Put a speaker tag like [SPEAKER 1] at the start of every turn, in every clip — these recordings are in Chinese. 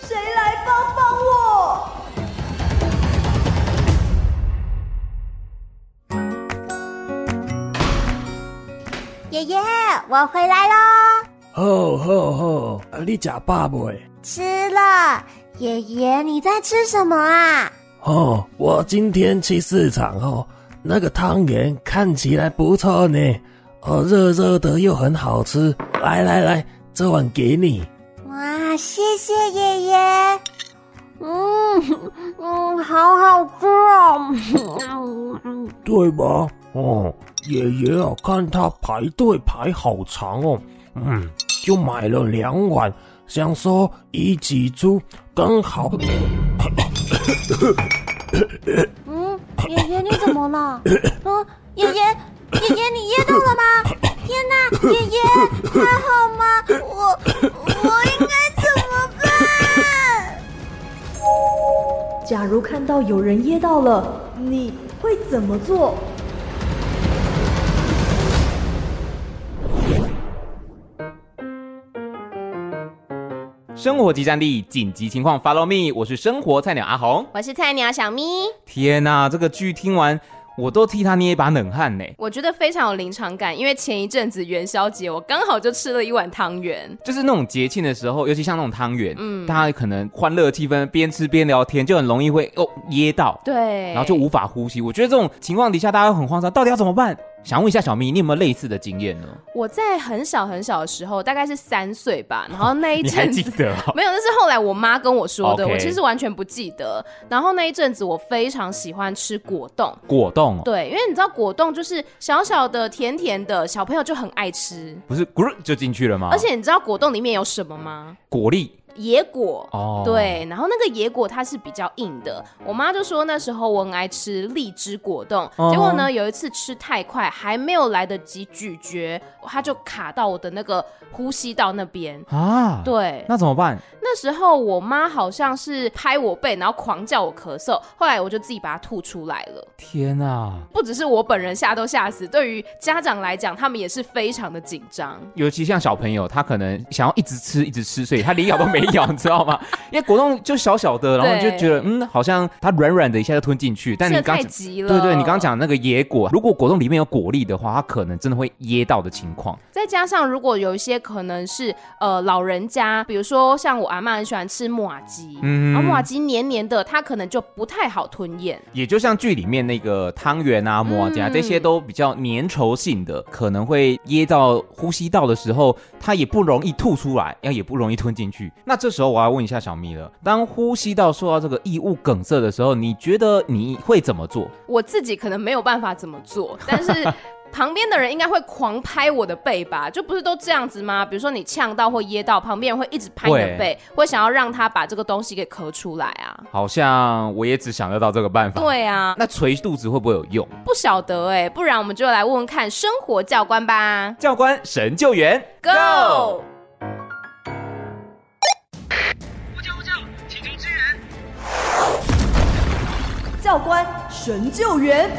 [SPEAKER 1] 谁来帮帮我？
[SPEAKER 2] 爷爷，我回来喽！
[SPEAKER 3] 好，好，好，啊你食饱未？
[SPEAKER 2] 吃了，爷爷你在吃什么啊？
[SPEAKER 3] 哦，我今天去市场哦，那个汤圆看起来不错呢，哦，热热的又很好吃。来来来，这碗给你。
[SPEAKER 2] 哇，谢谢爷爷。嗯嗯，好好吃哦。嗯
[SPEAKER 3] 对吧？哦，爷爷啊，看他排队排好长哦，嗯，就买了两碗，想说一起煮，刚好。
[SPEAKER 2] 嗯，爷爷你怎么了？嗯，爷爷，爷爷你噎到了吗？天哪，爷爷还好吗？我我应该怎么办？
[SPEAKER 1] 假如看到有人噎到了，你会怎么做？
[SPEAKER 4] 生活即战力，紧急情况 Follow me，我是生活菜鸟阿红。
[SPEAKER 5] 我是菜鸟小咪，
[SPEAKER 4] 天呐、这个剧听完我都替他捏一把冷汗呢。
[SPEAKER 5] 我觉得非常有临场感，因为前一阵子元宵节，我刚好就吃了一碗汤圆，
[SPEAKER 4] 就是那种节庆的时候，尤其像那种汤圆，嗯，大家可能欢乐气氛，边吃边聊天，就很容易会哦噎到，
[SPEAKER 5] 对，
[SPEAKER 4] 然后就无法呼吸。我觉得这种情况底下，大家会很慌张，到底要怎么办？想问一下小咪，你有没有类似的经验呢？
[SPEAKER 5] 我在很小很小的时候，大概是三岁吧，然后那 一
[SPEAKER 4] 你还
[SPEAKER 5] 阵
[SPEAKER 4] 记
[SPEAKER 5] 子。
[SPEAKER 4] 得、哦？
[SPEAKER 5] 没有，那是后来我妈跟我说的
[SPEAKER 4] OK
[SPEAKER 5] 我其实完全不记得。然后那一阵子，我非常喜欢吃果冻，
[SPEAKER 4] 果冻哦，
[SPEAKER 5] 对，因为你知道果冻就是小小的、甜甜的，小朋友就很爱吃。
[SPEAKER 4] 不是咕噜就进去了吗？
[SPEAKER 5] 而且你知道果冻里面有什么吗？
[SPEAKER 4] 果粒
[SPEAKER 5] 野果。
[SPEAKER 4] 哦，，
[SPEAKER 5] 对，然后那个野果它是比较硬的，我妈就说那时候我很爱吃荔枝果冻，
[SPEAKER 4] 哦
[SPEAKER 5] 结果呢有一次吃太快，还没有来得及咀嚼，它就卡到我的那个呼吸道那边。
[SPEAKER 4] 啊，，
[SPEAKER 5] 对，
[SPEAKER 4] 那怎么办？
[SPEAKER 5] 那时候我妈好像是拍我背，然后狂叫我咳嗽，后来我就自己把它吐出来了。
[SPEAKER 4] 天啊！
[SPEAKER 5] 不只是我本人吓都吓死，对于家长来讲，他们也是非常的紧张。
[SPEAKER 4] 尤其像小朋友，他可能想要一直吃，一直吃，所以他连咬都没咬，你知道吗？因为果冻就小小的，然后你就觉得嗯，好像它软软的，一下就吞进去。但你
[SPEAKER 5] 这
[SPEAKER 4] 刚
[SPEAKER 5] 太
[SPEAKER 4] 讲，
[SPEAKER 5] 急了，
[SPEAKER 4] 对对，你刚讲那个野果，如果果冻里面有果粒的话，它可能真的会噎到的情况。
[SPEAKER 5] 再加上，如果有一些可能是呃老人家，比如说像我阿妈很喜欢吃马鸡，
[SPEAKER 4] 嗯
[SPEAKER 5] 嗯，然后马鸡黏黏的，它可能就不太好吞咽。
[SPEAKER 4] 也就像剧里面那个汤圆啊、馍啊这样，
[SPEAKER 5] 嗯
[SPEAKER 4] 这些都比较粘稠性的，可能会噎到呼吸道的时候，它也不容易吐出来，然后也不容易吞进去。那这时候我要问一下小咪了，当呼吸道受到这个异物梗塞的时候，你觉得你会怎么做？
[SPEAKER 5] 我自己可能没有办法怎么 做，但是旁边的人应该会狂拍我的背吧？就不是都这样子吗？比如说你呛到或噎到，旁边人会一直拍你
[SPEAKER 4] 会
[SPEAKER 5] 的背，会想要让他把这个东西给咳出来啊。
[SPEAKER 4] 好像我也只想得到这个办法。，
[SPEAKER 5] 对啊，
[SPEAKER 4] 那捶肚子会不会有用？
[SPEAKER 5] 不晓得哎、不然我们就来问问看生活教官吧。
[SPEAKER 4] 教官神救援
[SPEAKER 5] Go！
[SPEAKER 1] 教官神救援，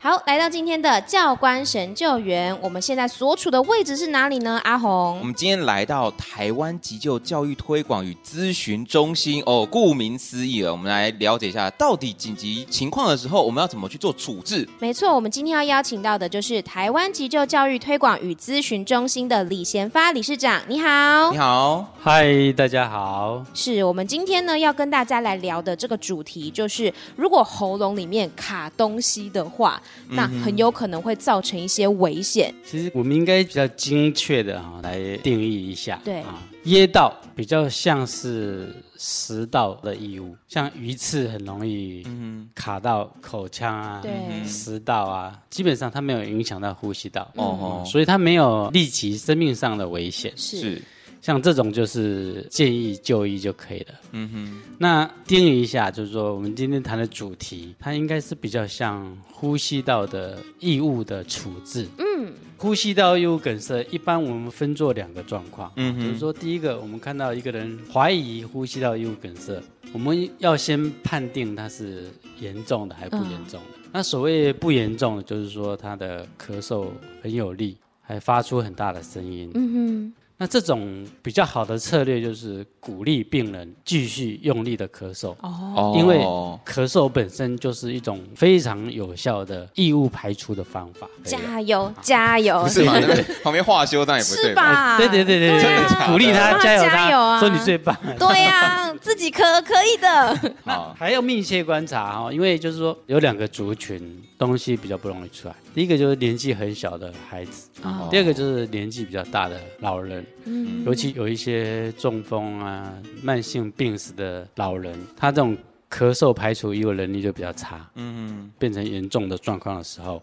[SPEAKER 6] 好，来到今天的教官神救援，我们现在所处的位置是哪里呢？阿
[SPEAKER 7] 我
[SPEAKER 4] 嗯
[SPEAKER 6] 红，
[SPEAKER 7] 们今天来到台湾急救教育推广与咨询中心哦，顾名思义了，我们来了解一下，到底紧急情况的时候，我们要怎么去做处置？
[SPEAKER 6] 没错，我们今天要邀请到的就是台湾急救教育推广与咨询中心的李贤发理事长，你好。
[SPEAKER 7] 你好，
[SPEAKER 8] 嗨，大家好。
[SPEAKER 6] 是我们今天呢要跟大家来聊的这个主题，就是如果喉咙里面卡东西的话，
[SPEAKER 5] 那很有可能会造成一些危险。
[SPEAKER 8] 其实我们应该比较精确的哈、来定义一下。
[SPEAKER 5] 对
[SPEAKER 8] 啊，噎到比较像是食道的异物，像鱼刺很容易
[SPEAKER 4] 嗯
[SPEAKER 8] 卡到口腔啊、
[SPEAKER 5] 对
[SPEAKER 4] 嗯
[SPEAKER 8] 食道啊，基本上它没有影响到呼吸道，嗯
[SPEAKER 4] 哦
[SPEAKER 8] 所以它没有立即生命上的危险。
[SPEAKER 5] 是
[SPEAKER 4] 是，
[SPEAKER 8] 像这种就是建议就医就可以了。
[SPEAKER 4] 嗯哼，
[SPEAKER 8] 那定义一下，就是说我们今天谈的主题，它应该是比较像呼吸道的异物的处置。嗯，呼吸道异物梗塞，一般我们分作两个状况。
[SPEAKER 4] 嗯
[SPEAKER 8] 嗯，
[SPEAKER 4] 哼
[SPEAKER 8] 就是说第一个，我们看到一个人怀疑呼吸道异物梗塞，我们要先判定他是严重的还是不严重的。那所谓不严重的，就是说他的咳嗽很有力，还发出很大的声音。
[SPEAKER 5] 嗯
[SPEAKER 8] 那这种比较好的策略就是鼓励病人继续用力的咳嗽，
[SPEAKER 4] 哦
[SPEAKER 8] 因为咳嗽本身就是一种非常有效的异物排出的方法。
[SPEAKER 5] 哼，加油加油
[SPEAKER 4] 不，是 嘛？那边旁边话修，但也不
[SPEAKER 5] 是
[SPEAKER 4] 对吧？
[SPEAKER 5] 吧？
[SPEAKER 8] 对对对对
[SPEAKER 5] 对啊
[SPEAKER 8] 对，鼓励他
[SPEAKER 5] 帮他
[SPEAKER 8] 加油
[SPEAKER 5] 加油啊
[SPEAKER 8] 他，说你最棒。
[SPEAKER 5] 对呀，自己咳可以 的。
[SPEAKER 4] 好，
[SPEAKER 8] 还要密切观察哦，因为就是说有两个族群东西比较不容易出来，第一个就是年纪很小的孩子，
[SPEAKER 4] 哦
[SPEAKER 8] 第二个就是年纪比较大的老人。
[SPEAKER 5] 嗯
[SPEAKER 8] 尤其有一些中风啊、慢性病史的老人，他这种咳嗽排除异物能力就比较差，
[SPEAKER 4] 嗯
[SPEAKER 8] 变成严重的状况的时候，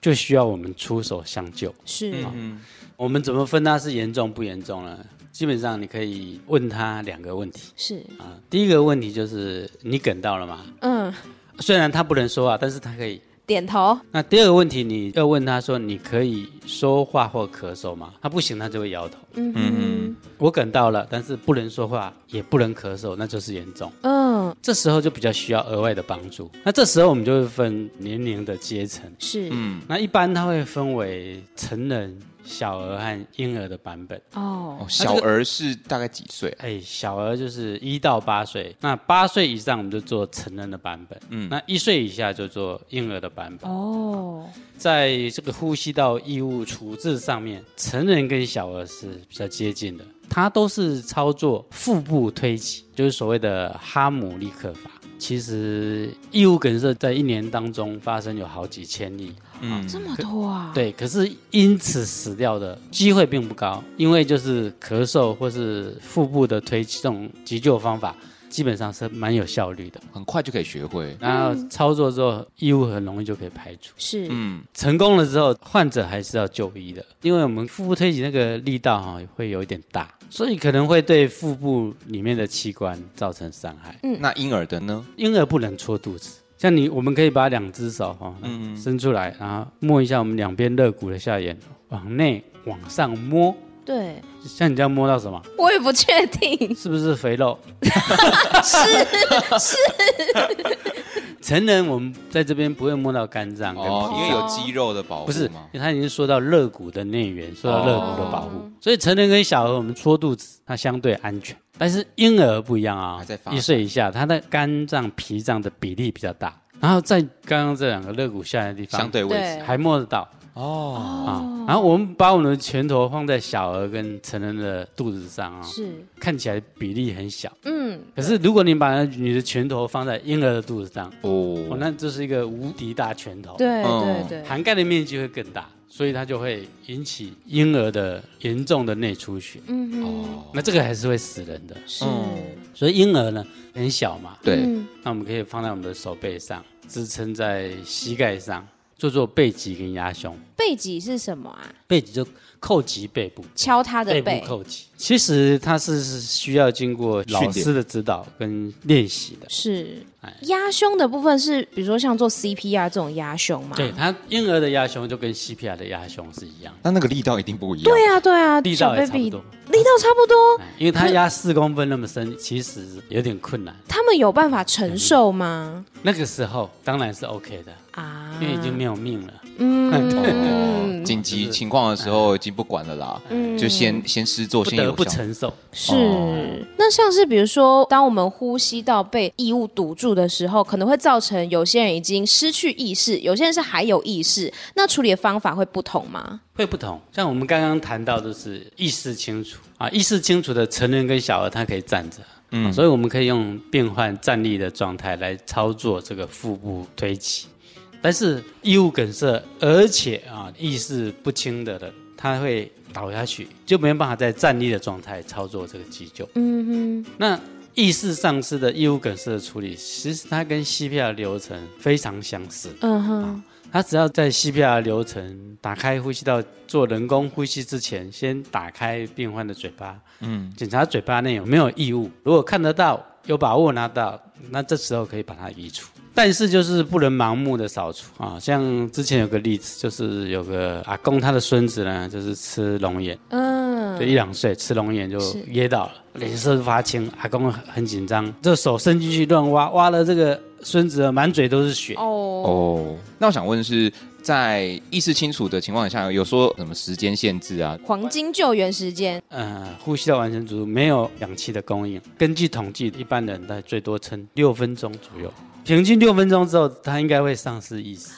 [SPEAKER 8] 就需要我们出手相救。
[SPEAKER 5] 是
[SPEAKER 4] 哼，嗯
[SPEAKER 8] 我们怎么分他是严重不严重呢？基本上你可以问他两个问题
[SPEAKER 5] 是，
[SPEAKER 8] 啊。第一个问题就是你梗到了吗？
[SPEAKER 5] 嗯，
[SPEAKER 8] 虽然他不能说话，啊但是他可以。
[SPEAKER 5] 点头，
[SPEAKER 8] 那第二个问题，你要问他说你可以说话或咳嗽吗？他不行，他就会摇头。
[SPEAKER 5] 嗯
[SPEAKER 4] 嗯
[SPEAKER 5] 哼
[SPEAKER 8] 我梗到了，但是不能说话，也不能咳嗽，那就是严重。
[SPEAKER 5] 嗯，
[SPEAKER 8] 这时候就比较需要额外的帮助。那这时候我们就会分年龄的阶层，
[SPEAKER 5] 是
[SPEAKER 4] 嗯，
[SPEAKER 8] 那一般它会分为成人、小儿和婴儿的版本。
[SPEAKER 5] 哦
[SPEAKER 4] 哦，小儿是大概几岁啊？
[SPEAKER 8] 哎，小儿就是一到八岁，那八岁以上我们就做成人的版本，
[SPEAKER 4] 嗯
[SPEAKER 8] 嗯，那一岁以下就做婴儿的版本。
[SPEAKER 5] 哦，
[SPEAKER 8] 在这个呼吸道异物处置上面，成人跟小儿是比较接近的，它都是操作腹部推挤，就是所谓的哈姆立克法。其实异物梗塞在一年当中发生有好几千例，
[SPEAKER 4] 嗯，
[SPEAKER 5] 这么多啊？，
[SPEAKER 8] 对，可是因此死掉的机会并不高，因为就是咳嗽或是腹部的推挤这种急救方法，基本上是蛮有效率的。
[SPEAKER 4] 很快就可以学会。
[SPEAKER 8] 然后操作之后，异物很容易就可以排除。
[SPEAKER 5] 是，
[SPEAKER 4] 嗯，
[SPEAKER 8] 成功了之后，患者还是要就医的，因为我们腹部推挤那个力道哈、会有一点大，所以可能会对腹部里面的器官造成伤害。
[SPEAKER 4] 那婴儿的呢？
[SPEAKER 8] 婴儿不能戳肚子，像你，我们可以把两只手哈、
[SPEAKER 4] 嗯
[SPEAKER 8] 伸出来，然后摸一下我们两边肋骨的下沿，往内往上摸，
[SPEAKER 5] 对，
[SPEAKER 8] 像你这样摸到什么？
[SPEAKER 5] 我也不确定，
[SPEAKER 8] 是不是肥肉？是是。 成人我们在这边不会摸到肝脏跟
[SPEAKER 4] 哦，
[SPEAKER 8] 脾
[SPEAKER 4] 因为有肌肉的保护
[SPEAKER 8] 不是
[SPEAKER 4] 吗，
[SPEAKER 8] 因为他已经说到肋骨的内缘，说到肋骨的保护，
[SPEAKER 5] 哦
[SPEAKER 8] 所以成人跟小儿我们戳肚子，它相对安全。但是婴儿不一样啊
[SPEAKER 4] 还在发，展
[SPEAKER 8] 一岁以下，他的肝脏、脾脏的比例比较大，然后在刚刚这两个肋骨下的地方，
[SPEAKER 4] 相对位置
[SPEAKER 5] 对
[SPEAKER 8] 还摸得到
[SPEAKER 4] 哦，
[SPEAKER 8] 啊。然后我们把我们的拳头放在小儿跟成人的肚子上啊，
[SPEAKER 5] 是，
[SPEAKER 8] 看起来比例很小。
[SPEAKER 5] 嗯，
[SPEAKER 8] 可是如果你把你的拳头放在婴儿的肚子上，哦，
[SPEAKER 4] 哦，
[SPEAKER 8] 那这是一个无敌大拳头。
[SPEAKER 5] 对
[SPEAKER 4] 嗯
[SPEAKER 5] 对对，
[SPEAKER 8] 涵盖的面积会更大，所以它就会引起婴儿的严重的内出血。
[SPEAKER 5] 嗯哼，
[SPEAKER 4] 哦，
[SPEAKER 8] 那这个还是会死人的，
[SPEAKER 5] 是，
[SPEAKER 4] 嗯
[SPEAKER 8] 所以婴儿呢很小嘛，
[SPEAKER 4] 对，
[SPEAKER 5] 嗯
[SPEAKER 8] 那我们可以放在我们的手背上，支撑在膝盖上，做做背脊跟压胸。
[SPEAKER 5] 背脊是什么啊？
[SPEAKER 8] 背脊就扣击背部，
[SPEAKER 5] 敲他的
[SPEAKER 8] 背部扣击。其实它是是需要经过老
[SPEAKER 4] 训
[SPEAKER 8] 师的指导跟练习的。哎
[SPEAKER 5] 是压胸的部分是，比如说像做 CPR 这种压胸嘛？
[SPEAKER 8] 对，它婴儿的压胸就跟 CPR 的压胸是一样，
[SPEAKER 4] 那那个力道一定不一样。
[SPEAKER 5] 对啊对啊，
[SPEAKER 8] 力
[SPEAKER 5] 小
[SPEAKER 8] 道也差
[SPEAKER 5] baby
[SPEAKER 8] 不多，
[SPEAKER 5] 力道差不多，
[SPEAKER 8] 哎因为它压四公分那么深，其实有点困难。
[SPEAKER 5] 他们有办法承受吗？
[SPEAKER 8] 那个时候当然是 OK 的，
[SPEAKER 5] 啊，
[SPEAKER 8] 因为已经没有命了。
[SPEAKER 4] 哦，
[SPEAKER 5] 嗯
[SPEAKER 4] 紧急情况的时候已经不管了啦，
[SPEAKER 5] 嗯
[SPEAKER 4] 就先先施做，
[SPEAKER 8] 不
[SPEAKER 4] 先
[SPEAKER 8] 得
[SPEAKER 4] 有
[SPEAKER 8] 不
[SPEAKER 4] 效。
[SPEAKER 8] 承受。
[SPEAKER 5] 是
[SPEAKER 4] 哦。
[SPEAKER 5] 那像是比如说，当我们呼吸道被异物堵住的时候，可能会造成有些人已经失去意识，有些人是还有意识。那处理的方法会不同吗？
[SPEAKER 8] 会不同，像我们刚刚谈到，就是意识清楚啊，意识清楚的成人跟小儿，他可以站着，嗯，所以我们可以用病患站立的状态来操作这个腹部推挤，但是异物梗塞，而且啊意识不清的人，他会倒下去，就没有办法在站立的状态操作这个急救。
[SPEAKER 5] 嗯哼，
[SPEAKER 8] 那意识丧失的异物梗塞的处理，其实它跟 CPR 流程非常相似。
[SPEAKER 5] 嗯哼，
[SPEAKER 8] 它只要在 CPR 流程打开呼吸道做人工呼吸之前，先打开病患的嘴巴，
[SPEAKER 4] 嗯，
[SPEAKER 8] 检查嘴巴内有没有异物，如果看得到，有把握拿到，那这时候可以把它移除。但是就是不能盲目的扫除啊，像之前有个例子，就是有个阿公他的孙子呢，就是吃龙眼，
[SPEAKER 5] 嗯，
[SPEAKER 8] 就一两岁吃龙眼就是噎到了，脸色发青，阿公很很紧张，这手伸进去乱挖，挖了这个孙子满嘴都是血，
[SPEAKER 5] 哦，
[SPEAKER 4] 哦，那我想问是在意识清楚的情况下，有说什么时间限制啊？
[SPEAKER 5] 黄金救援时间，
[SPEAKER 8] 呃，呼吸道完全阻阻，没有氧气的供应。根据统计，一般人大概最多撑六分钟左右，平均六分钟之后，他应该会丧失意识。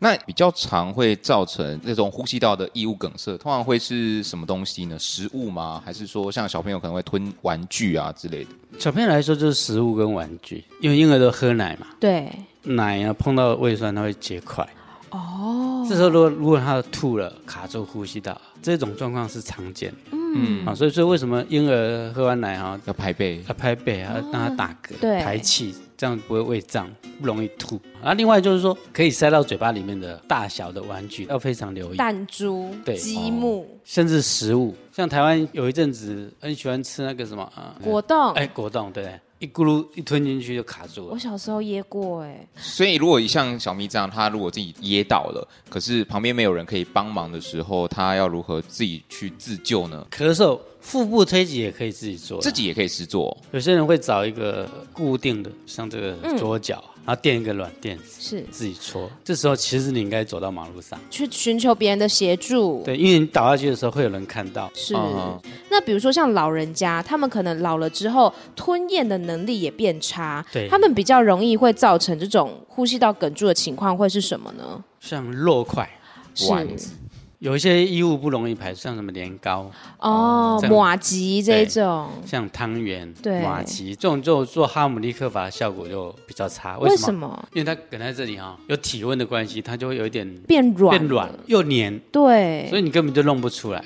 [SPEAKER 4] 那比较常会造成那种呼吸道的异物梗塞，通常会是什么东西呢？食物吗？还是说像小朋友可能会吞玩具啊之类的？
[SPEAKER 8] 小朋友来说就是食物跟玩具，因为婴儿都喝奶嘛，
[SPEAKER 5] 对，
[SPEAKER 8] 奶啊碰到胃酸它会结块。哦，这时候如果如果他吐了卡住呼吸道，这种状况是常见的
[SPEAKER 4] 嗯，
[SPEAKER 8] 啊。所以说为什么婴儿喝完奶哈、
[SPEAKER 4] 要拍背。
[SPEAKER 8] 要拍背啊，让他打嗝、
[SPEAKER 5] 哦对
[SPEAKER 8] 排气，这样不会胃胀，不容易吐。啊，另外就是说，可以塞到嘴巴里面的大小的玩具要非常留意，
[SPEAKER 5] 弹珠、
[SPEAKER 8] 对
[SPEAKER 5] 积木、
[SPEAKER 8] 甚至食物，像台湾有一阵子很喜欢吃那个什么啊，
[SPEAKER 5] 果冻，
[SPEAKER 8] 哎果冻，对，一咕噜一吞进去就卡住
[SPEAKER 5] 我
[SPEAKER 8] 了。
[SPEAKER 5] 小时候噎过，哎，
[SPEAKER 4] 所以如果像小咪这样，他如果自己噎到了，可是旁边没有人可以帮忙的时候，他要如何自己去自救呢？
[SPEAKER 8] 咳嗽，腹部推挤也可以自己做啦，
[SPEAKER 4] 自己也可以施做。
[SPEAKER 8] 有些人会找一个固定的，像这个桌角，然后垫一个软垫子，
[SPEAKER 5] 嗯是
[SPEAKER 8] 自己搓。这时候其实你应该走到马路上，
[SPEAKER 5] 去寻求别人的协助，
[SPEAKER 8] 对，因哦为你倒下去的时候会有人看到。
[SPEAKER 5] 是
[SPEAKER 4] 嗯
[SPEAKER 5] 那比如说像老人家，他们可能老了之后吞咽的能力也变差，
[SPEAKER 8] 对
[SPEAKER 5] 他们比较容易会造成这种呼吸道梗住的情况，会是什么呢？
[SPEAKER 8] 像肉块，
[SPEAKER 5] 是
[SPEAKER 4] 丸子
[SPEAKER 8] 有一些衣物不容易排出，像什么年糕、
[SPEAKER 5] 哦，
[SPEAKER 8] 这样
[SPEAKER 5] 马吉这一种，
[SPEAKER 8] 像汤圆、
[SPEAKER 5] 对
[SPEAKER 8] 马吉这种，就做哈姆立克法效果就比较差。
[SPEAKER 5] 为
[SPEAKER 8] 什
[SPEAKER 5] 什
[SPEAKER 8] 么？
[SPEAKER 5] 么
[SPEAKER 8] 因为它梗在这里哈、有体温的关系，它就会有一点
[SPEAKER 5] 变软？
[SPEAKER 8] 变软，又黏，
[SPEAKER 5] 对，
[SPEAKER 8] 所以你根本就弄不出来，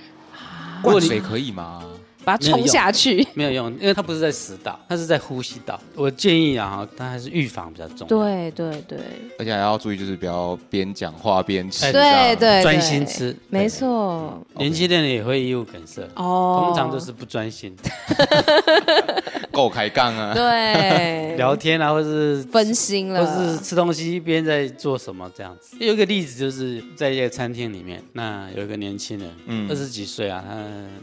[SPEAKER 4] 灌水可以吗？
[SPEAKER 5] 把它
[SPEAKER 8] 没有
[SPEAKER 5] 冲
[SPEAKER 8] 用
[SPEAKER 5] 下 去。
[SPEAKER 8] 没有用，因为它不是在食道，它是在呼吸道。我建议啊，它还是预防比较重要。
[SPEAKER 5] 对对对
[SPEAKER 4] 而且还要注意，就是不要边讲话边吃。
[SPEAKER 8] 哎
[SPEAKER 4] 这样
[SPEAKER 5] 对对，
[SPEAKER 8] 专
[SPEAKER 5] 对
[SPEAKER 8] 心吃
[SPEAKER 5] 没错。
[SPEAKER 8] 年轻人也会异物梗塞，
[SPEAKER 5] 哦，
[SPEAKER 8] 通常就是不专心
[SPEAKER 4] 够开杠啊！
[SPEAKER 5] 对
[SPEAKER 8] 聊天啊，或是
[SPEAKER 5] 分心
[SPEAKER 8] 或是
[SPEAKER 5] 了，
[SPEAKER 8] 吃东西一边在做什么这样子。有一个例子就是在一个餐厅里面，那有一个年轻人，
[SPEAKER 4] 嗯
[SPEAKER 8] 二十几岁啊，他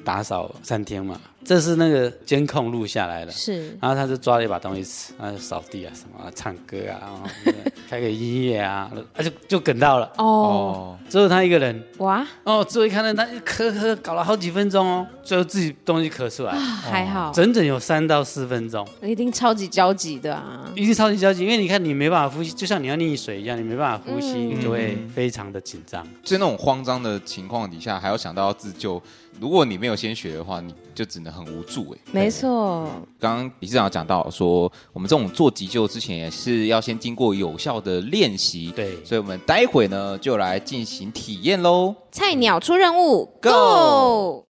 [SPEAKER 8] 打扫餐厅嘛，这是那个监控录下来的。
[SPEAKER 5] 是
[SPEAKER 8] 然后他就抓了一把东西吃，然后扫地啊什么啊，唱歌啊，然后那个开个音乐啊，啊就就梗到了。
[SPEAKER 5] 哦
[SPEAKER 4] 哦，
[SPEAKER 8] 只有他一个人
[SPEAKER 5] 哇，
[SPEAKER 8] 哦，最后一看到他咳咳搞了好几分钟哦，最后自己东西咳出来，
[SPEAKER 5] 还好，
[SPEAKER 8] 整整有三到四分钟。
[SPEAKER 5] 一定超级焦急的啊。
[SPEAKER 8] 一定超级焦急，因为你看你没办法呼吸，就像你要溺水一样，你没办法呼吸，
[SPEAKER 5] 嗯
[SPEAKER 8] 你就会非常的紧张。
[SPEAKER 4] 就那种慌张的情况底下，还要想到要自救。如果你没有先学的话，你就只能很无助哎、
[SPEAKER 5] 没错，
[SPEAKER 4] 刚刚理事长讲到说，我们这种做急救之前也是要先经过有效的练习。，
[SPEAKER 8] 对，
[SPEAKER 4] 所以我们待会呢就来进行体验喽。
[SPEAKER 5] 菜鸟出任务
[SPEAKER 4] Go！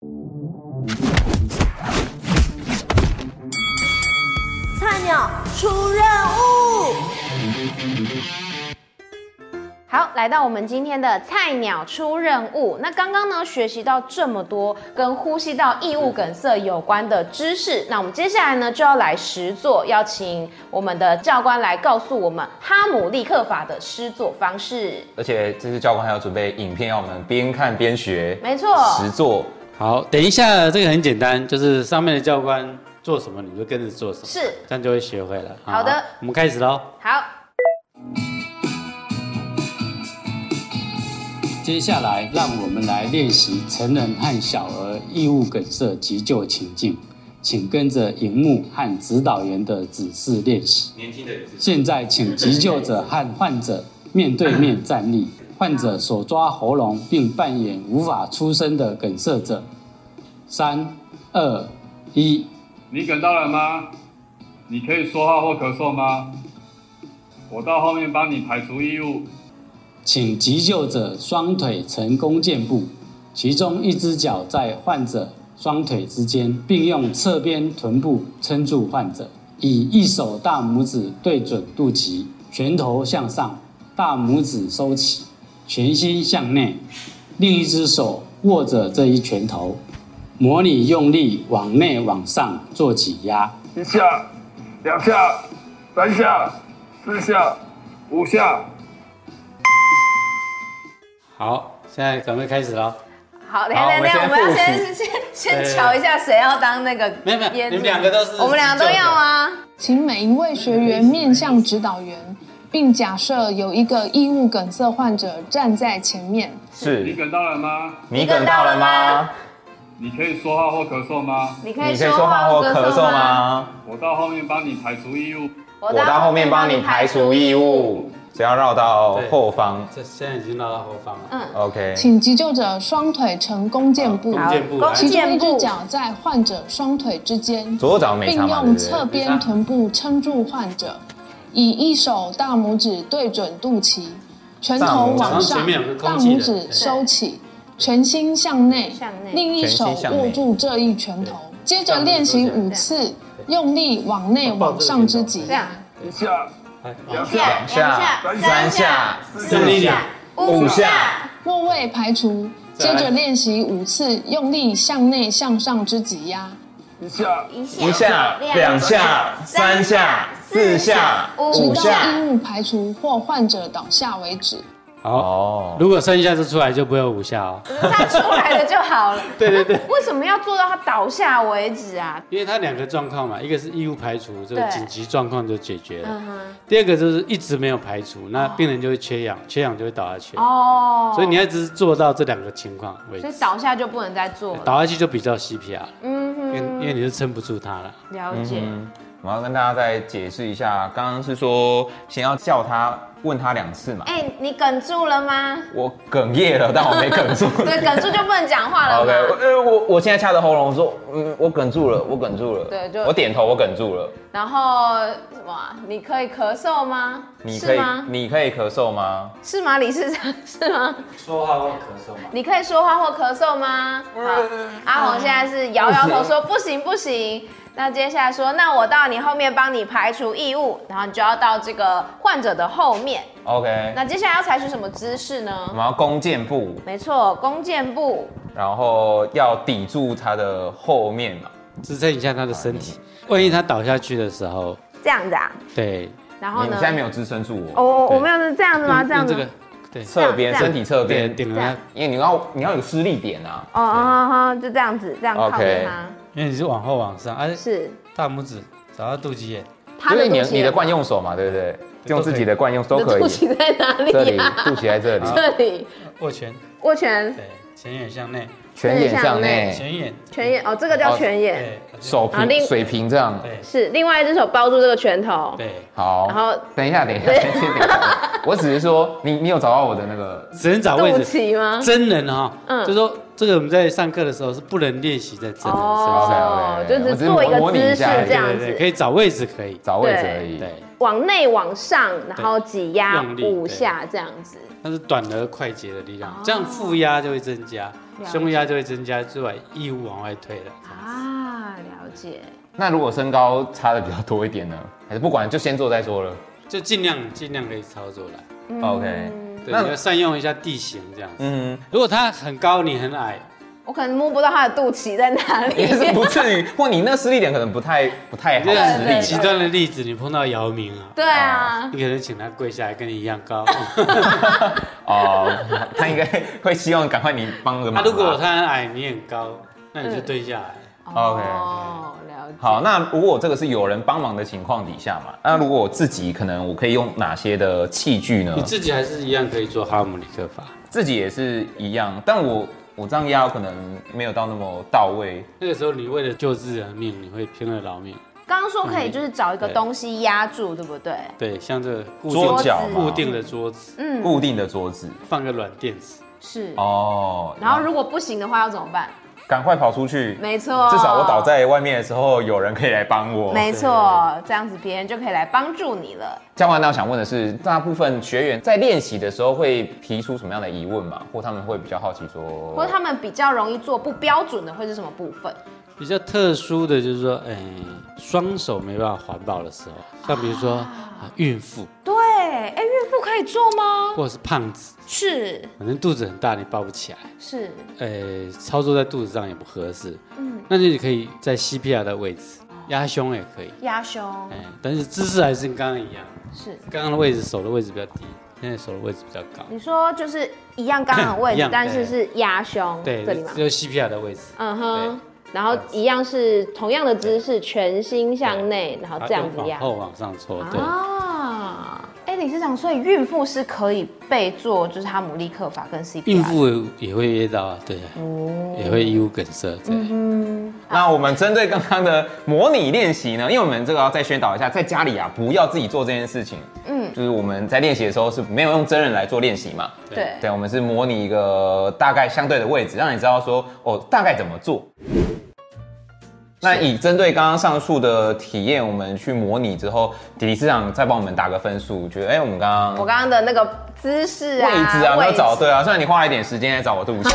[SPEAKER 1] 菜鸟出任务。
[SPEAKER 9] 好，来到我们今天的菜鸟出任务。那刚刚呢，学习到这么多跟呼吸道异物梗塞有关的知识，那我们接下来呢就要来实做，要请我们的教官来告诉我们哈姆立克法的施作方式。
[SPEAKER 10] 而且这次教官还要准备影片，让我们边看边学，
[SPEAKER 9] 没错，
[SPEAKER 10] 实做。
[SPEAKER 8] 好，等一下，这个很简单，就是上面的教官做什么，你就跟着做什么，
[SPEAKER 9] 是
[SPEAKER 8] 这样就会学会了。
[SPEAKER 9] 好的
[SPEAKER 8] 我们开始喽。
[SPEAKER 9] 好，
[SPEAKER 8] 接下来，让我们来练习成人和小儿异物梗塞急救情境，请跟着荧幕和指导员的指示练习。年轻的现在，请急救者和患者面对面站立，患者手抓喉咙并扮演无法出声的梗塞者。三、二、一，
[SPEAKER 11] 你梗到了吗？你可以说话或咳嗽吗？我到后面帮你排除异物。
[SPEAKER 12] 请急救者双腿呈弓箭步，其中一只脚在患者双腿之间，并用侧边臀部撑住患者，以一手大拇指对准肚脐，拳头向上，大拇指收起，拳心向内，另一只手握着这一拳头，模拟用力往内往上做挤压。
[SPEAKER 11] 一下，两下，三下，四下，五下。
[SPEAKER 8] 好，现在准备开始了。
[SPEAKER 5] 好，等一下
[SPEAKER 8] 好
[SPEAKER 5] 等一下，
[SPEAKER 8] 我
[SPEAKER 5] 我们要
[SPEAKER 8] 们先复
[SPEAKER 5] 先
[SPEAKER 8] 习
[SPEAKER 5] 先
[SPEAKER 8] 对
[SPEAKER 5] 先
[SPEAKER 8] 对对
[SPEAKER 5] 瞧一下谁要当那个
[SPEAKER 8] 没有没有
[SPEAKER 5] 椰子
[SPEAKER 8] 你们两个都是
[SPEAKER 5] 我们两个都要吗？
[SPEAKER 13] 请每一位学员面向指导员，并假设有一个异物梗塞患者站在前面。
[SPEAKER 11] 是你梗到了吗？
[SPEAKER 13] 你梗到了吗？
[SPEAKER 11] 你可以说话或咳嗽吗？
[SPEAKER 5] 你可以说话或咳嗽吗？
[SPEAKER 11] 我到后面帮你排除异物。
[SPEAKER 5] 我到后面帮你排除
[SPEAKER 11] 异物，
[SPEAKER 4] 只要绕到后方。
[SPEAKER 8] 这现在已经绕到后方了。
[SPEAKER 13] 嗯
[SPEAKER 4] OK，
[SPEAKER 13] 请急救者双腿呈弓箭步，
[SPEAKER 4] 弓箭步好来
[SPEAKER 13] 其中一
[SPEAKER 4] 弓箭
[SPEAKER 13] 只
[SPEAKER 4] 步
[SPEAKER 13] 脚在患者双腿之间，
[SPEAKER 4] 左右脚没差
[SPEAKER 13] 并
[SPEAKER 4] 嘛
[SPEAKER 13] 用
[SPEAKER 4] 对不对
[SPEAKER 13] 侧边臀部撑住患者，以一手大拇指对准肚脐，拳头往上
[SPEAKER 8] 大拇指前面有个，
[SPEAKER 13] 大
[SPEAKER 8] 空气
[SPEAKER 13] 拇
[SPEAKER 8] 的
[SPEAKER 13] 指收起，拳心向内，另一手
[SPEAKER 8] 拳心向内
[SPEAKER 13] 握住这一拳头，接着练习五次，用力往内往上之极。
[SPEAKER 11] 一下，两
[SPEAKER 13] 下
[SPEAKER 5] 哎
[SPEAKER 11] 下，三下，
[SPEAKER 8] 四下，
[SPEAKER 13] 五下，末位排除。接着练习五次，用力向内向上之挤压。
[SPEAKER 11] 一下，
[SPEAKER 4] 一下、两下、三下、四下、五
[SPEAKER 13] 直到
[SPEAKER 4] 下。
[SPEAKER 13] 衣物嗯排除或患者倒下为止。
[SPEAKER 8] 好，
[SPEAKER 4] 哦
[SPEAKER 8] 如果剩下就出来就不会有五下哦。
[SPEAKER 5] 他出来了就好了。
[SPEAKER 8] 对对对，
[SPEAKER 5] 为什么要做到他倒下为止啊？
[SPEAKER 8] 因为它两个状况嘛，一个是义务排除，这个
[SPEAKER 5] 对
[SPEAKER 8] 紧急状况就解决了。
[SPEAKER 5] 嗯哼，
[SPEAKER 8] 第二个就是一直没有排除，那病人就会缺氧，缺氧就会倒下去。
[SPEAKER 5] 哦，
[SPEAKER 8] 所以你要只是做到这两个情况为
[SPEAKER 5] 所以
[SPEAKER 8] 止，
[SPEAKER 5] 倒下就不能再做了。
[SPEAKER 8] 倒下去就比较 CPR，了
[SPEAKER 5] 嗯
[SPEAKER 8] 因为因
[SPEAKER 5] 哼，
[SPEAKER 8] 为你是撑不住它了。
[SPEAKER 5] 了解。
[SPEAKER 4] 嗯哼我要跟大家再解释一下，刚刚是说先要叫他问他两次嘛，
[SPEAKER 5] 哎、你梗住 了吗？。
[SPEAKER 4] 我哽咽了，但我没哽住
[SPEAKER 5] 对，梗住就不能讲话了
[SPEAKER 4] OK，我
[SPEAKER 5] 嘛。
[SPEAKER 4] 呃我我现在掐着喉咙，我说嗯，我哽住了，我哽住了。
[SPEAKER 5] 对就
[SPEAKER 4] 我点头，我哽住了。
[SPEAKER 5] 然后什么啊？你可以咳嗽吗？
[SPEAKER 4] 你可
[SPEAKER 5] 是
[SPEAKER 4] 以
[SPEAKER 5] 吗？
[SPEAKER 4] 你可以咳嗽吗？
[SPEAKER 5] 是吗？理事长是吗？
[SPEAKER 8] 说话或咳嗽嘛。
[SPEAKER 5] 你可以说话或咳嗽吗？好，阿红现在是摇摇头说不行不行。那接下来说，那我到你后面帮你排除异物，然后你就要到这个患者的后面。
[SPEAKER 4] OK，
[SPEAKER 5] 那接下来要采取什么姿势
[SPEAKER 4] 我
[SPEAKER 5] 呢？
[SPEAKER 4] 们要弓箭步，
[SPEAKER 5] 没错，弓箭步。
[SPEAKER 4] 然后要抵住他的后面嘛，
[SPEAKER 8] 支撑一下他的身体。万一他倒下去的时候，
[SPEAKER 5] 这样子啊，
[SPEAKER 8] 对，
[SPEAKER 5] 然后呢？
[SPEAKER 4] 有支撑住
[SPEAKER 5] 哦，我我没有是这样子吗？这样
[SPEAKER 8] 用
[SPEAKER 5] 子
[SPEAKER 8] 这
[SPEAKER 5] 吗
[SPEAKER 8] 个。对
[SPEAKER 4] 侧边
[SPEAKER 5] 这样
[SPEAKER 4] 身体侧边
[SPEAKER 8] 点
[SPEAKER 5] 这样
[SPEAKER 4] 因为你要你要有施力点啊。
[SPEAKER 5] 哦哦哦，就这样子，这样靠着
[SPEAKER 4] OK
[SPEAKER 5] 它。
[SPEAKER 8] 因为你是往后往上，而、
[SPEAKER 5] 是
[SPEAKER 8] 大拇指找到肚脐眼，
[SPEAKER 5] 他的
[SPEAKER 4] 因为
[SPEAKER 5] 肚脐
[SPEAKER 4] 你你
[SPEAKER 5] 也
[SPEAKER 4] 的惯用手嘛，对不对？用自己的惯用手
[SPEAKER 5] 你
[SPEAKER 4] 都
[SPEAKER 5] 的
[SPEAKER 4] 可以
[SPEAKER 5] 肚。脐在哪
[SPEAKER 4] 这
[SPEAKER 5] 里
[SPEAKER 4] 里
[SPEAKER 5] 呀？
[SPEAKER 4] 肚脐在这里，
[SPEAKER 5] 这里
[SPEAKER 8] 握拳，
[SPEAKER 5] 握拳，
[SPEAKER 8] 前眼向内，
[SPEAKER 4] 全眼向内，
[SPEAKER 8] 前眼
[SPEAKER 5] 拳眼哦，这个叫拳眼，
[SPEAKER 8] 对，
[SPEAKER 4] 手
[SPEAKER 5] 啊另
[SPEAKER 4] 平水平这样。
[SPEAKER 5] 是另外一只手包住这个拳头。
[SPEAKER 8] 对，
[SPEAKER 4] 好。
[SPEAKER 5] 然后
[SPEAKER 4] 等一下，等一下，先等一下。我只是说，你你有找到我的那个，
[SPEAKER 8] 只能找
[SPEAKER 5] 肚
[SPEAKER 8] 位置。
[SPEAKER 5] 脐吗？
[SPEAKER 8] 真人哈、
[SPEAKER 5] 啊嗯
[SPEAKER 8] 就说这个我们在上课的时候是不能练习在真人身上，
[SPEAKER 5] 哦就只做一个姿势这样
[SPEAKER 8] 对对对
[SPEAKER 5] 子
[SPEAKER 8] 可以找位置可以，
[SPEAKER 4] 找
[SPEAKER 5] 位置而已
[SPEAKER 8] 对，
[SPEAKER 5] 往内往上，然后挤压
[SPEAKER 8] 用力
[SPEAKER 5] 五下这样子。
[SPEAKER 8] 那是短而快捷的力量，这样负压就会增加，
[SPEAKER 5] 哦解
[SPEAKER 8] 胸压就会增加，就把义务往外推了。
[SPEAKER 5] 啊，了解。
[SPEAKER 4] 那如果身高差的比较多一点呢？还是不管，就先做再说了。
[SPEAKER 8] 就尽量尽量可以操作啦。
[SPEAKER 5] 嗯
[SPEAKER 4] OK
[SPEAKER 8] 对，
[SPEAKER 4] 那
[SPEAKER 8] 你要善用一下地形这样子。
[SPEAKER 4] 嗯，
[SPEAKER 8] 如果他很高，你很矮，
[SPEAKER 5] 我可能摸不到他的肚脐在哪里。
[SPEAKER 4] 也是不至于，或你那施力点可能不太不太好
[SPEAKER 8] 就
[SPEAKER 4] 施
[SPEAKER 8] 是
[SPEAKER 4] 力啊
[SPEAKER 8] 很。极端的例子，你碰到姚明啊，
[SPEAKER 5] 对 啊，
[SPEAKER 8] 你可能请他跪下来，跟你一样 高。啊
[SPEAKER 4] 哦，他应该会希望赶快你帮个
[SPEAKER 8] 他
[SPEAKER 4] 忙吧。
[SPEAKER 8] 如果他很矮，你很高，那你就蹲下来。
[SPEAKER 4] OK，
[SPEAKER 5] 哦，了解。
[SPEAKER 4] 好，那如果这个是有人帮忙的情况底下嘛，那如果我自己可能我可以用哪些的器具呢？
[SPEAKER 8] 你自己还是一样可以做哈姆里克法，
[SPEAKER 4] 自己也是一样，但我我这样压可能没有到那么到位。
[SPEAKER 8] 那个时候你为了救自己的命，你会拼了老命。
[SPEAKER 5] 刚刚说可以就是找一个
[SPEAKER 8] 对
[SPEAKER 5] 东西压住，对不对？
[SPEAKER 8] 对，像这个固定
[SPEAKER 4] 桌角嘛
[SPEAKER 8] 固定的桌子，
[SPEAKER 5] 嗯
[SPEAKER 4] 固定的桌子
[SPEAKER 8] 放个软垫子。
[SPEAKER 5] 是。
[SPEAKER 4] 哦，
[SPEAKER 5] 然后如果不行的话要怎么办？
[SPEAKER 14] 赶快跑出去。
[SPEAKER 15] 没错，
[SPEAKER 14] 至少我倒在外面的时候，有人可以来帮
[SPEAKER 8] 哦
[SPEAKER 14] 我。
[SPEAKER 15] 没错，这样子别人就可以来帮助你了。
[SPEAKER 14] 教官，那我想问的是，大部分学员在练习的时候会提出什么样的疑问嘛？或他们会比较好奇说，
[SPEAKER 15] 或者他们比较容易做不标准的会是什么部分？
[SPEAKER 8] 比较特殊的就是说，哎、双手没办法环抱的时候，像比如说、啊、孕妇
[SPEAKER 15] 对，哎、孕妇可以做吗？
[SPEAKER 8] 或者是胖子，
[SPEAKER 15] 是
[SPEAKER 8] 反正肚子很大你抱不起来，
[SPEAKER 15] 是，
[SPEAKER 8] 呃，操作在肚子上也不合适。
[SPEAKER 15] 嗯，
[SPEAKER 8] 那你可以在 CPR 的位置压胸也可以，
[SPEAKER 15] 压胸
[SPEAKER 8] 哎但是姿势还是跟刚刚一样，
[SPEAKER 15] 是。
[SPEAKER 8] 刚刚的位置手的位置比较低，现在手的位置比较高。
[SPEAKER 15] 你说就是一样刚刚的位
[SPEAKER 8] 一
[SPEAKER 15] 置
[SPEAKER 8] 样，
[SPEAKER 15] 但是是压胸
[SPEAKER 8] 对，
[SPEAKER 15] 这里吗？
[SPEAKER 8] 就是 CPR 的位置，
[SPEAKER 15] 嗯哼，然后一样是同样的姿势，全心向内，然后这样子
[SPEAKER 8] 往
[SPEAKER 15] 压。
[SPEAKER 8] 后往上搓，对。
[SPEAKER 15] 啊，哎，理事长，所以孕妇是可以被做就是哈姆立克法跟 CPR 的。
[SPEAKER 8] 孕妇也会噎到啊，对，也会异物梗塞。对
[SPEAKER 15] 哦嗯
[SPEAKER 14] 那我们针对刚刚的模拟练习呢，因为我们这个要再宣导一下，在家里啊不要自己做这件事情。
[SPEAKER 15] 嗯，
[SPEAKER 14] 就是我们在练习的时候是没有用真人来做练习嘛？
[SPEAKER 15] 对
[SPEAKER 14] 对，我们是模拟一个大概相对的位置，让你知道说哦大概怎么做。那以针对刚刚上述的体验，我们去模拟之后，理事长再帮我们打个分数，觉得哎、我们刚刚
[SPEAKER 15] 我刚刚的那个姿势啊，
[SPEAKER 14] 位置啊没有找对啊，虽然你花了一点时间来找我，对不 起，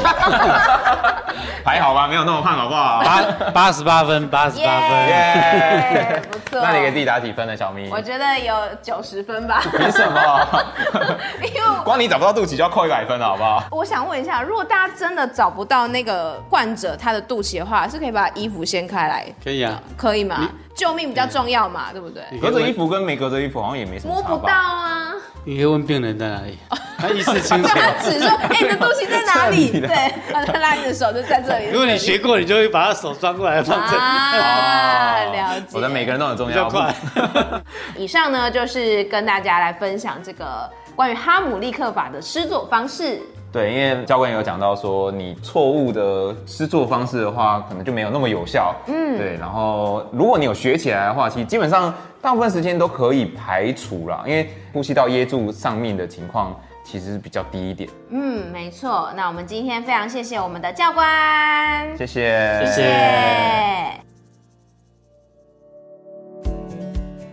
[SPEAKER 14] 还好吧，没有那么胖好不好？
[SPEAKER 8] 八八十八分，八十八分，
[SPEAKER 14] 耶
[SPEAKER 15] 不 错。
[SPEAKER 14] 那你给自己打几分呢，小咪？
[SPEAKER 15] 我觉得有九十分吧。
[SPEAKER 14] 凭什么？光你找不到肚脐就要扣一百分了，好不好？
[SPEAKER 15] 我想问一下，如果大家真的找不到那个患者他的肚脐的话，是可以把衣服掀开来，
[SPEAKER 8] 可以啊。
[SPEAKER 15] 可以吗？救命比较重要嘛，对不对？
[SPEAKER 14] 隔着衣服跟没隔着衣服好像也没什么
[SPEAKER 15] 摸
[SPEAKER 14] 差
[SPEAKER 15] 不到
[SPEAKER 14] 吧？
[SPEAKER 15] 啊，
[SPEAKER 8] 你可以问病人在哪 里，他意识清
[SPEAKER 15] 叫
[SPEAKER 8] 楚。
[SPEAKER 15] 他指说，哎、你的肚脐在哪里？
[SPEAKER 8] 这里的
[SPEAKER 15] 对，然后他拉你的手就在这里。
[SPEAKER 8] 如果你学过，你就会把他手转过来放这
[SPEAKER 15] 啊，
[SPEAKER 8] 里。
[SPEAKER 15] 了解。
[SPEAKER 14] 哦我的每个人都很重要。
[SPEAKER 15] 以上呢，就是跟大家来分享这个关于哈姆立克法的施作方式。
[SPEAKER 14] 对，因为教官有讲到说，你错误的施作方式的话，可能就没有那么有效。
[SPEAKER 15] 嗯
[SPEAKER 14] 嗯，对。然后，如果你有学起来的话，其实基本上大部分时间都可以排除啦，因为呼吸道噎住上面的情况其实是比较低一点。
[SPEAKER 15] 嗯，没错。那我们今天非常谢谢我们的教官，
[SPEAKER 14] 谢谢，
[SPEAKER 15] 谢谢。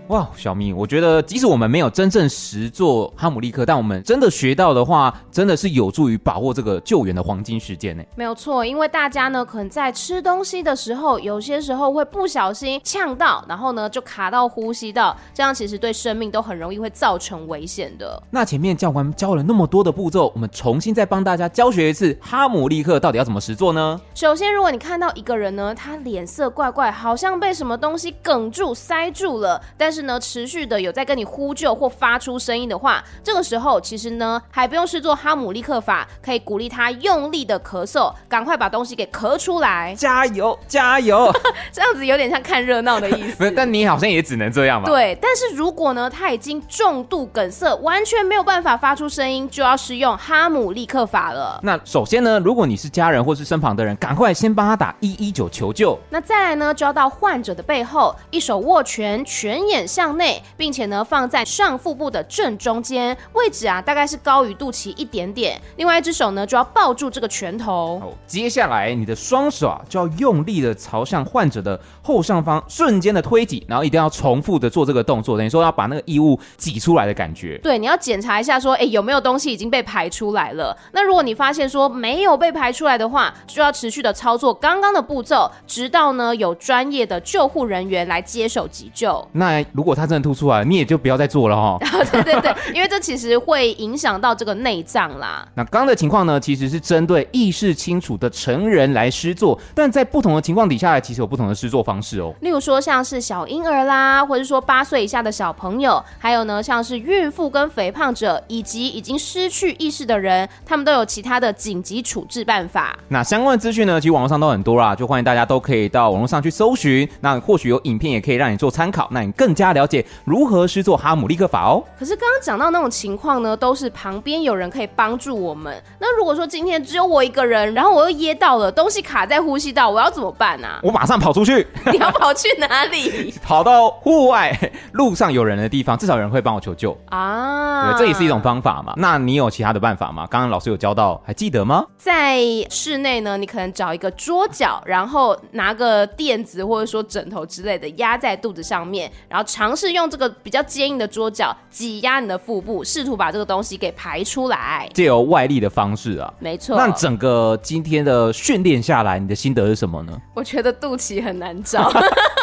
[SPEAKER 4] 哇，小咪，我觉得即使我们没有真正实做哈姆立克，但我们真的学到的话，真的是有助于把握这个救援的黄金时间呢。
[SPEAKER 5] 没有错，因为大家呢，可能在吃东西的时候，有些时候会不小心呛到，然后呢就卡到呼吸道，这样其实对生命都很容易会造成危险的。
[SPEAKER 4] 那前面教官教了那么多的步骤，我们重新再帮大家教学一次哈姆立克到底要怎么实做呢？
[SPEAKER 5] 首先，如果你看到一个人呢，他脸色怪怪，好像被什么东西梗住、塞住了，但是呢，持续的有在跟你呼救或发出声音的话，这个时候其实呢，还不用试做哈姆立克法，可以鼓励他用力的咳嗽，赶快把东西给咳出来。
[SPEAKER 4] 加油，加油！
[SPEAKER 5] 这样子有点像看热闹的意思。
[SPEAKER 4] 不是，但你好像也只能这样吧？，
[SPEAKER 5] 对，但是如果呢，他已经重度梗塞，完全没有办法发出声音，就要使用哈姆立克法了。
[SPEAKER 4] 那首先呢，如果你是家人或是身旁的人，赶快先帮他打一一九求救。
[SPEAKER 5] 那再来呢，就要到患者的背后，一手握拳，全眼向内，并且呢放在上腹部的正中间位置啊，大概是高于肚脐一点点。另外一只手呢，就要抱住这个拳头。
[SPEAKER 4] 哦接下来，你的双手啊就要用力的朝向患者的后上方瞬间的推挤，然后一定要重复的做这个动作，等于说要把那个异物挤出来的感觉。
[SPEAKER 5] 对，你要检查一下说，哎有没有东西已经被排出来了。那如果你发现说没有被排出来的话，就要持续的操作刚刚的步骤，直到呢有专业的救护人员来接手急 救。
[SPEAKER 4] 那如果它真的凸出来了，你也就不要再做了哈、
[SPEAKER 5] 对对对，因为这其实会影响到这个内脏啦。
[SPEAKER 4] 那刚刚的情况呢，其实是针对意识清楚的成人来施作，但在不同的情况底下，其实有不同的施作方式哦。
[SPEAKER 5] 例如说像是小婴儿啦，或者说八岁以下的小朋友，还有呢像是孕妇跟肥胖者，以及已经失去意识的人，他们都有其他的紧急处置办法。
[SPEAKER 4] 那相关的资讯呢，其实网络上都很多啦，就欢迎大家都可以到网络上去搜寻。那或许有影片也可以让你做参考，那你更家了解如何施做哈姆立克法哦。
[SPEAKER 5] 可是刚刚讲到那种情况呢，都是旁边有人可以帮助我们。那如果说今天只有我一个人，然后我又噎到了，东西卡在呼吸道，我要怎么办 啊？
[SPEAKER 4] 我马上跑出去，
[SPEAKER 5] 你要跑去哪 里
[SPEAKER 4] 跑到户外路上有人的地方，至少有人会帮我求救。
[SPEAKER 5] 啊？
[SPEAKER 4] 对，这也是一种。方法嘛。那你有其他的办法吗？刚刚老师有教到，还记得吗？
[SPEAKER 5] 在室内呢，你可能找一个桌角，然后拿个垫子或者说枕头之类的压在肚子上面，然后尝试用这个比较坚硬的桌角挤压你的腹部，试图把这个东西给排出来。
[SPEAKER 4] 借由外力的方式啊，
[SPEAKER 5] 没错
[SPEAKER 4] 那整个今天的训练下来，你的心得是什么呢
[SPEAKER 5] 我觉得肚脐很 难找。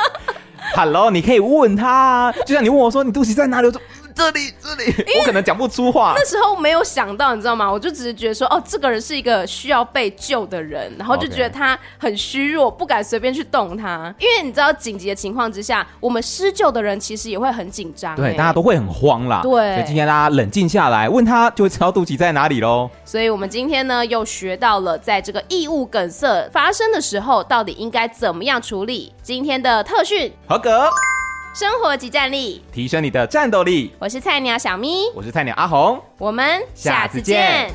[SPEAKER 4] ？Hello，你可以问他啊，就像你问我说你肚脐在哪里，我说这里这里，我可能讲不出话。
[SPEAKER 5] 那时候没有想到，你知道吗？我就只是觉得说，哦，这个人是一个需要被救的人，然后就
[SPEAKER 4] OK
[SPEAKER 5] 觉得他很虚弱，不敢随便去动他，因为你知道紧急的情况之下，我们施救的人其实也会很紧张、
[SPEAKER 4] 对，
[SPEAKER 5] 欸
[SPEAKER 4] 大家都会很慌啦。
[SPEAKER 5] 对
[SPEAKER 4] 所以今天大家冷静下来，问他就会知道肚脐在哪里喽。
[SPEAKER 5] 所以我们今天呢，又学到了在这个异物梗塞发生的时候，到底应该怎么样处理。今天的特训，
[SPEAKER 4] 合格，
[SPEAKER 5] 生活及战力，
[SPEAKER 4] 提升你的战斗力。
[SPEAKER 5] 我是菜鸟小咪，
[SPEAKER 4] 我是菜鸟阿红，
[SPEAKER 5] 我们
[SPEAKER 4] 下次见。